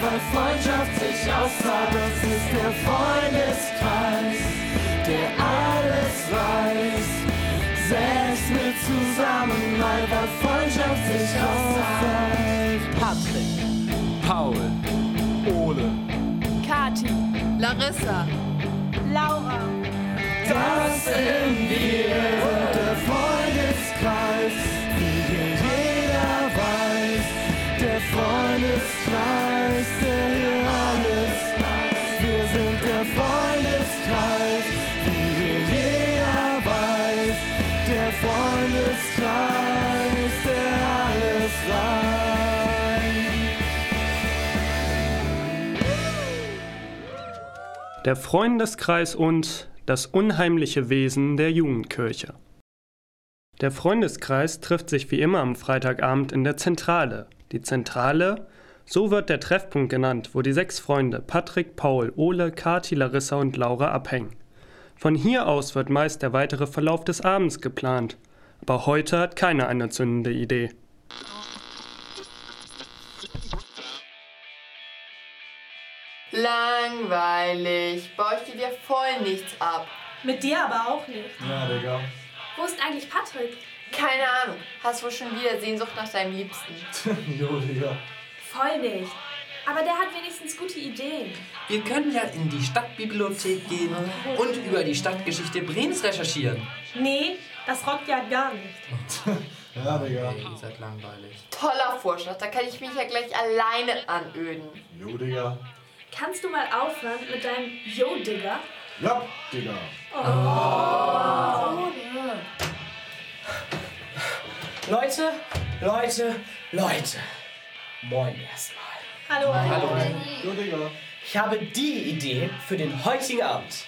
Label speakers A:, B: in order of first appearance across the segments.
A: was Freundschaft sich aussah, das ist der Freundeskreis, der alles weiß. Setz mit zusammen, mal was Freundschaft sich aussah.
B: Patrick, Paul, Ole,
C: Kati,
D: Larissa,
C: Laura.
A: Das sind wir und der Freundeskreis, wie hier jeder weiß. Der Freundeskreis, der hier alles weiß. Wir sind der Freundeskreis, wie hier jeder weiß. Der Freundeskreis, der alles weiß.
E: Der Freundeskreis und das unheimliche Wesen der Jugendkirche. Der Freundeskreis trifft sich wie immer am Freitagabend in der Zentrale. Die Zentrale, so wird der Treffpunkt genannt, wo die sechs Freunde Patrick, Paul, Ole, Kati, Larissa und Laura abhängen. Von hier aus wird meist der weitere Verlauf des Abends geplant. Aber heute hat keiner eine zündende Idee.
D: Langweilig. Bei euch geht ja voll nichts ab.
C: Mit dir aber auch nicht.
B: Ja, Digga.
F: Wo ist eigentlich Patrick?
D: Keine Ahnung. Hast wohl schon wieder Sehnsucht nach deinem Liebsten.
B: jo, Digga.
F: Voll nicht. Aber der hat wenigstens gute Ideen.
G: Wir können ja in die Stadtbibliothek gehen und über die Stadtgeschichte Brens recherchieren.
C: Nee, das rockt ja gar nicht.
B: Ja, Digga.
G: Ey, ihr seid langweilig.
D: Toller Vorschlag. Da kann ich mich ja gleich alleine anöden.
B: Jo, Digga.
F: Kannst du mal aufhören mit deinem Yo, Digger?
B: Ja, Digga.
H: Leute, Leute, Leute. Moin erstmal.
C: Hallo.
B: Jo, Digga.
H: Ich habe die Idee für den heutigen Abend.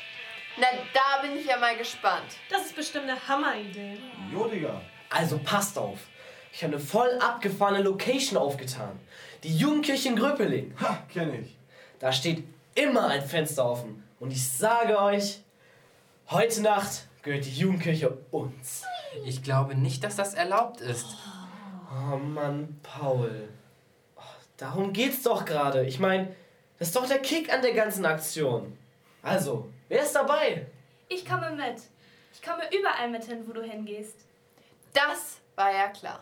D: Na, da bin ich ja mal gespannt.
C: Das ist bestimmt eine Hammeridee.
B: Jo, Digga.
H: Also passt auf. Ich habe eine voll abgefahrene Location aufgetan. Die Jugendkirche in Gröpeling.
B: Ha, kenn ich.
H: Da steht immer ein Fenster offen. Und ich sage euch, heute Nacht gehört die Jugendkirche uns.
G: Ich glaube nicht, dass das erlaubt ist.
H: Oh Mann, Paul. Oh, darum geht's doch gerade. Ich meine, das ist doch der Kick an der ganzen Aktion. Also, wer ist dabei?
F: Ich komme mit. Ich komme überall mit hin, wo du hingehst.
D: Das war ja klar.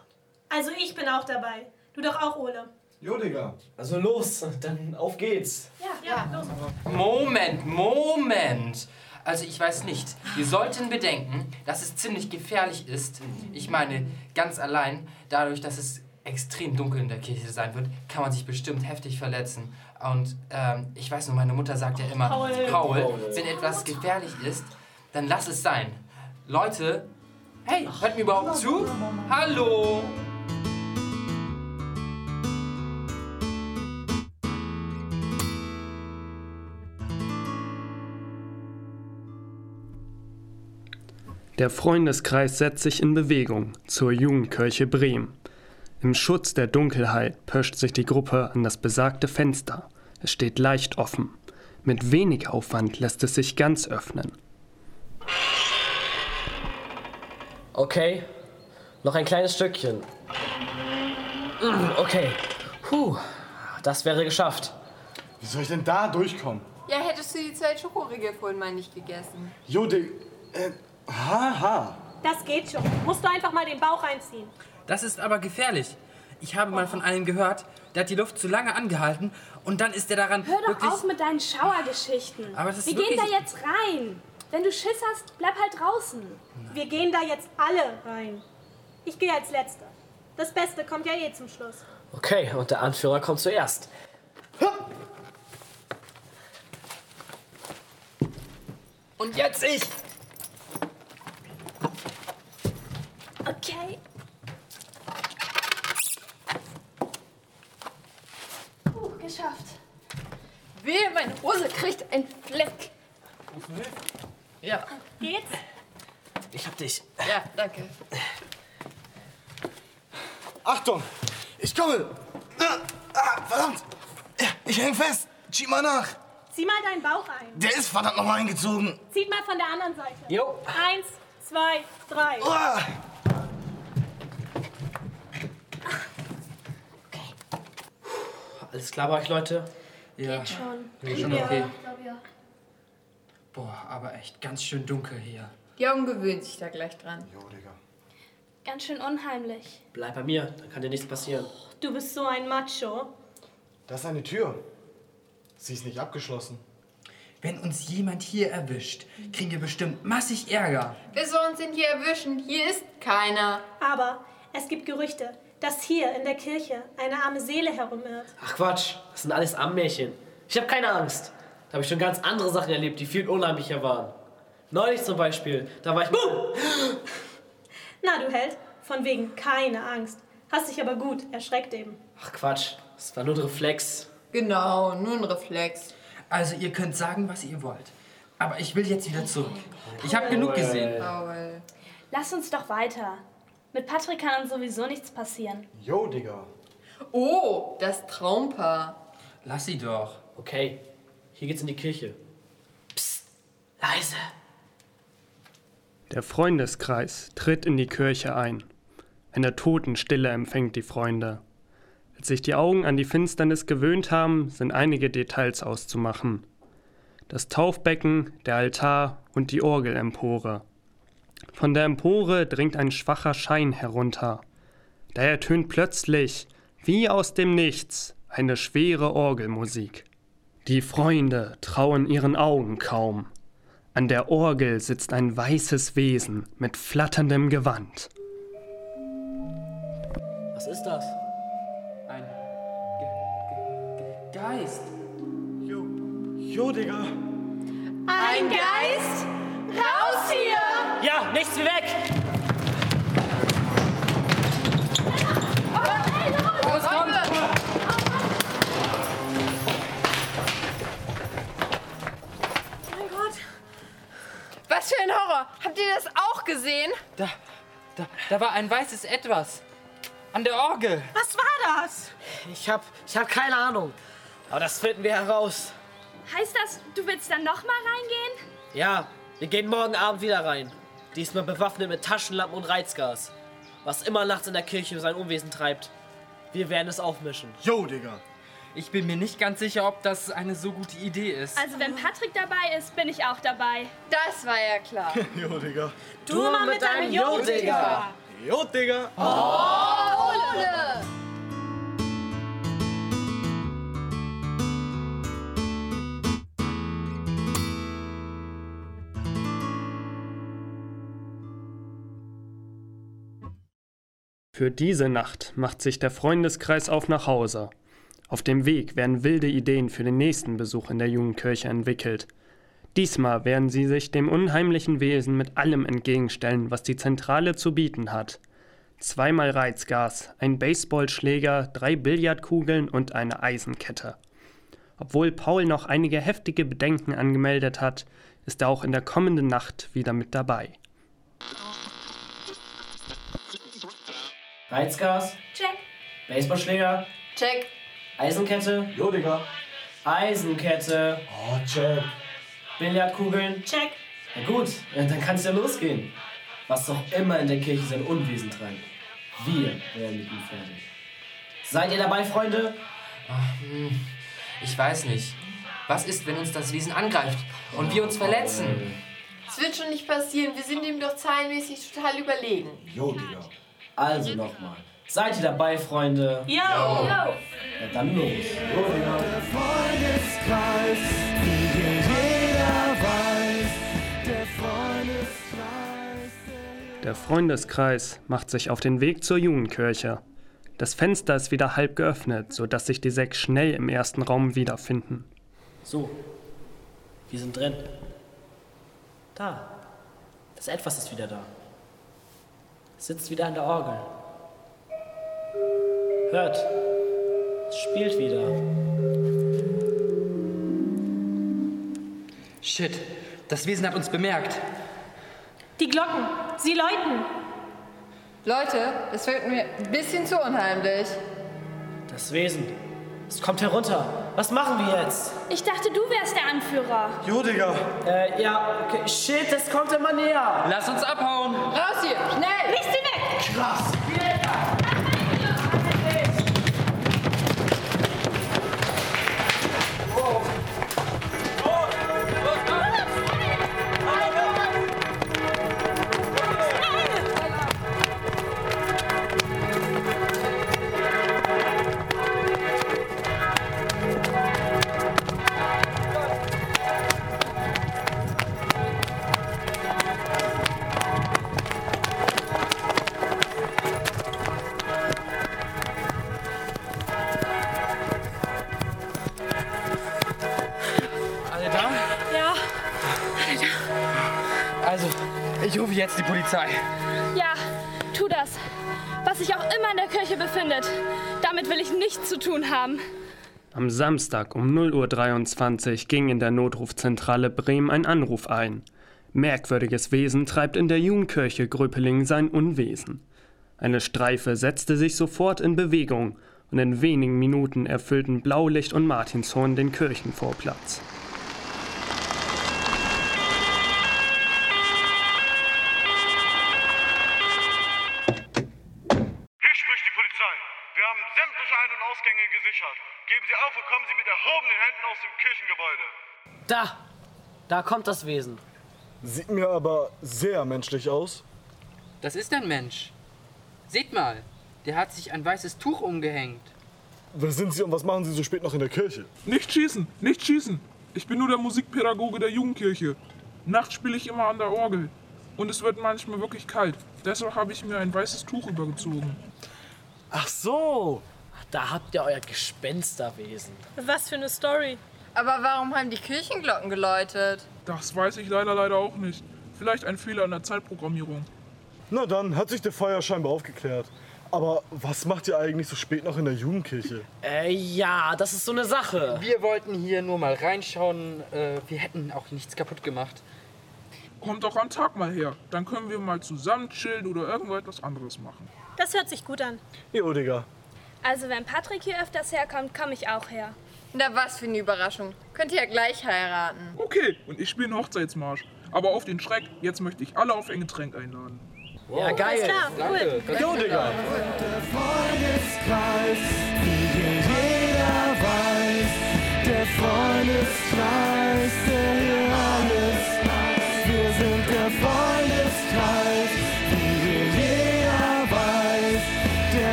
C: Also ich bin auch dabei. Du doch auch, Ole.
B: Jo, Digga.
H: Also los, dann auf geht's.
F: Ja,
D: Ja.
C: Los.
G: Moment, Moment. Also ich weiß nicht. Wir sollten bedenken, dass es ziemlich gefährlich ist. Ich meine, ganz allein, dadurch, dass es extrem dunkel in der Kirche sein wird, kann man sich bestimmt heftig verletzen. Und ähm, ich weiß nur, meine Mutter sagt ja immer,
C: Paul.
G: Paul, wenn etwas gefährlich ist, dann lass es sein. Leute, hey, hört mir überhaupt zu? Hallo.
E: Der Freundeskreis setzt sich in Bewegung zur Jugendkirche Bremen. Im Schutz der Dunkelheit pirscht sich die Gruppe an das besagte Fenster. Es steht leicht offen. Mit wenig Aufwand lässt es sich ganz öffnen.
H: Okay, noch ein kleines Stückchen. Mm, Okay, puh, das wäre geschafft.
B: Wie soll ich denn da durchkommen?
D: Ja, hättest du die zwei Schokoriegel vorhin mal nicht gegessen.
B: Jo, Digga. Äh, haha.
C: Das geht schon. Musst du einfach mal den Bauch einziehen.
G: Das ist aber gefährlich. Ich habe mal von einem gehört, der hat die Luft zu lange angehalten und dann ist er daran
F: Hör doch
G: wirklich...
F: auf mit deinen Schauergeschichten.
G: Aber das ist
F: Wir gehen da
G: wirklich-
F: jetzt rein. Wenn du Schiss hast, bleib halt draußen.
C: Wir gehen da jetzt alle rein. Ich gehe als Letzte. Das Beste kommt ja eh zum Schluss.
H: Okay, und der Anführer kommt zuerst.
G: Und jetzt ich!
F: Okay. Puh, geschafft.
D: Wehe, meine Hose kriegt ein Fleck.
G: Ja,
C: Geht's?
H: Ich hab dich.
D: Ja, danke.
B: Achtung! Ich komme! Ah, ah, verdammt! Ja, Ich häng fest! Schieb mal nach!
C: Zieh mal deinen Bauch ein.
B: Der ist verdammt nochmal eingezogen!
C: Zieht mal von der anderen Seite.
H: Jo.
C: Eins, zwei, drei.
B: Ah,
H: Alles klar bei euch, Leute?
I: Ja,
F: Schon.
I: geht schon okay.
F: Ich glaube ja.
I: Boah, aber echt ganz schön dunkel hier.
J: Die Augen gewöhnt sich da gleich dran.
B: Jo, Digga.
F: Ganz schön unheimlich.
H: Bleib bei mir, dann kann dir nichts passieren.
C: Du bist so ein Macho.
B: Das ist eine Tür. Sie ist nicht abgeschlossen.
I: Wenn uns jemand hier erwischt, kriegen wir bestimmt massig Ärger.
J: Wir sollen uns ihn hier erwischen. Hier ist keiner.
C: Aber es gibt Gerüchte, dass hier in der Kirche eine arme Seele herumirrt.
H: Ach Quatsch, das sind alles Ammärchen. Ich habe keine Angst. Da habe ich schon ganz andere Sachen erlebt, die viel unheimlicher waren. Neulich zum Beispiel, da war ich. Buh!
C: Na, du Held, von wegen keine Angst. Hast dich aber gut erschreckt eben.
H: Ach Quatsch, das war nur ein Reflex.
J: Genau, nur ein Reflex.
I: Also ihr könnt sagen, was ihr wollt. Aber ich will jetzt wieder zurück. Ich habe genug gesehen.
J: Paul.
F: Lass uns doch weiter. Mit Patrick kann uns sowieso nichts passieren.
B: Jo, Digga.
J: Oh, das Traumpaar.
I: Lass sie doch.
H: Okay, hier geht's in die Kirche. Psst, leise.
E: Der Freundeskreis tritt in die Kirche ein. Eine Totenstille empfängt die Freunde. Als sich die Augen an die Finsternis gewöhnt haben, sind einige Details auszumachen. Das Taufbecken, der Altar und die Orgelempore. Von der Empore dringt ein schwacher Schein herunter. Da ertönt plötzlich, wie aus dem Nichts, eine schwere Orgelmusik. Die Freunde trauen ihren Augen kaum. An der Orgel sitzt ein weißes Wesen mit flatterndem Gewand.
H: Was ist das?
I: Ein Ge Ge Ge Geist.
B: Jo. Jo, Digga.
J: Ein Geist? Raus hier!
H: Ja, nichts wie weg!
J: Mein Gott. Was für ein Horror. Habt ihr das auch gesehen?
G: Da, da, da war ein weißes Etwas. An der Orgel.
C: Was war das?
H: Ich hab. Ich hab keine Ahnung. Aber das finden wir heraus.
F: Heißt das, du willst dann nochmal reingehen?
H: Ja, wir gehen morgen Abend wieder rein. Diesmal bewaffnet mit Taschenlampen und Reizgas. Was immer nachts in der Kirche sein Unwesen treibt. Wir werden es aufmischen.
B: Jo, Digga.
G: Ich bin mir nicht ganz sicher, ob das eine so gute Idee ist.
F: Also wenn Patrick dabei ist, bin ich auch dabei.
J: Das war ja klar.
B: Jo, Digga.
H: Du, mal mit deinem Jo, Digga!
B: Jo, Digga.
E: Für diese Nacht macht sich der Freundeskreis auf nach Hause. Auf dem Weg werden wilde Ideen für den nächsten Besuch in der Jugendkirche entwickelt. Diesmal werden sie sich dem unheimlichen Wesen mit allem entgegenstellen, was die Zentrale zu bieten hat. Zweimal Reizgas, ein Baseballschläger, drei Billardkugeln und eine Eisenkette. Obwohl Paul noch einige heftige Bedenken angemeldet hat, ist er auch in der kommenden Nacht wieder mit dabei.
H: Reizgas,
F: Check.
H: Baseballschläger,
J: Check.
H: Eisenkette,
B: Jo, Digga.
H: Eisenkette,
B: Oh, check.
H: Billardkugeln.
C: Check.
H: Na gut, äh, dann kann's ja losgehen. Was auch immer in der Kirche sein Unwesen treibt. Wir werden mit ihm fertig. Seid ihr dabei, Freunde?
G: Ich weiß nicht. Was ist, wenn uns das Wesen angreift und wir uns verletzen?
D: Es wird schon nicht passieren. Wir sind ihm doch zahlenmäßig total überlegen.
B: Jo, Digga.
H: Also nochmal. Seid ihr dabei, Freunde?
C: Yo!
H: Ja, dann los.
A: Der Freundeskreis, wie hier jeder weiß. Der Freundeskreis, der
E: Der Freundeskreis macht sich auf den Weg zur Jugendkirche. Das Fenster ist wieder halb geöffnet, sodass sich die sechs schnell im ersten Raum wiederfinden.
H: So. Wir sind drin. Da. Das Etwas ist wieder da. Es sitzt wieder an der Orgel. Hört. Es spielt wieder.
I: Shit, das Wesen hat uns bemerkt.
C: Die Glocken, sie läuten.
J: Leute, das wird mir ein bisschen zu unheimlich.
H: Das Wesen. Es kommt herunter. Was machen wir jetzt?
F: Ich dachte, du wärst der Anführer.
B: Jo, Digga.
H: Äh, ja, okay. Shit, es kommt immer näher.
G: Lass uns abhauen.
J: Raus hier, schnell!
C: Nicht sie weg!
B: Krass.
D: Ja.
K: Also, ich rufe jetzt die Polizei.
F: Ja, tu das. Was sich auch immer in der Kirche befindet. Damit will ich nichts zu tun haben.
E: Am Samstag um 0.23 Uhr ging in der Notrufzentrale Bremen ein Anruf ein. Merkwürdiges Wesen treibt in der Jugendkirche Gröpeling sein Unwesen. Eine Streife setzte sich sofort in Bewegung und in wenigen Minuten erfüllten Blaulicht und Martinshorn den Kirchenvorplatz.
L: Hier spricht die Polizei. Wir haben sämtliche Ein- und Ausgänge gesichert. Geben Sie auf und kommen Sie mit erhobenen Händen aus dem Kirchengebäude.
H: Da! Da kommt das Wesen.
B: Sieht mir aber sehr menschlich aus.
G: Das ist ein Mensch. Seht mal, der hat sich ein weißes Tuch umgehängt.
B: Wer sind Sie und was machen Sie so spät noch in der Kirche?
M: Nicht schießen, nicht schießen. Ich bin nur der Musikpädagoge der Jugendkirche. Nachts spiele ich immer an der Orgel. Und es wird manchmal wirklich kalt. Deshalb habe ich mir ein weißes Tuch übergezogen.
H: Ach so! Da habt ihr euer Gespensterwesen.
D: Was für eine Story. Aber warum haben die Kirchenglocken geläutet?
M: Das weiß ich leider leider auch nicht. Vielleicht ein Fehler in der Zeitprogrammierung.
B: Na dann hat sich der Feuer scheinbar aufgeklärt. Aber was macht ihr eigentlich so spät noch in der Jugendkirche?
H: Äh, ja, das ist so eine Sache.
G: Wir wollten hier nur mal reinschauen. Äh, wir hätten auch nichts kaputt gemacht.
M: Kommt doch am Tag mal her. Dann können wir mal zusammen chillen oder irgendetwas anderes machen.
C: Das hört sich gut an.
B: Jo, Digga.
F: Also, wenn Patrick hier öfters herkommt, komme ich auch her.
D: Na was für eine Überraschung. Könnt ihr ja gleich heiraten.
M: Okay, und ich spiele einen Hochzeitsmarsch. Aber auf den Schreck, jetzt möchte ich alle auf ein Getränk einladen.
H: Ja, geil.
N: klar,
H: Danke.
N: cool.
H: Jo, Digga.
N: Der Freundeskreis, wie hier jeder weiß, der Freundeskreis, der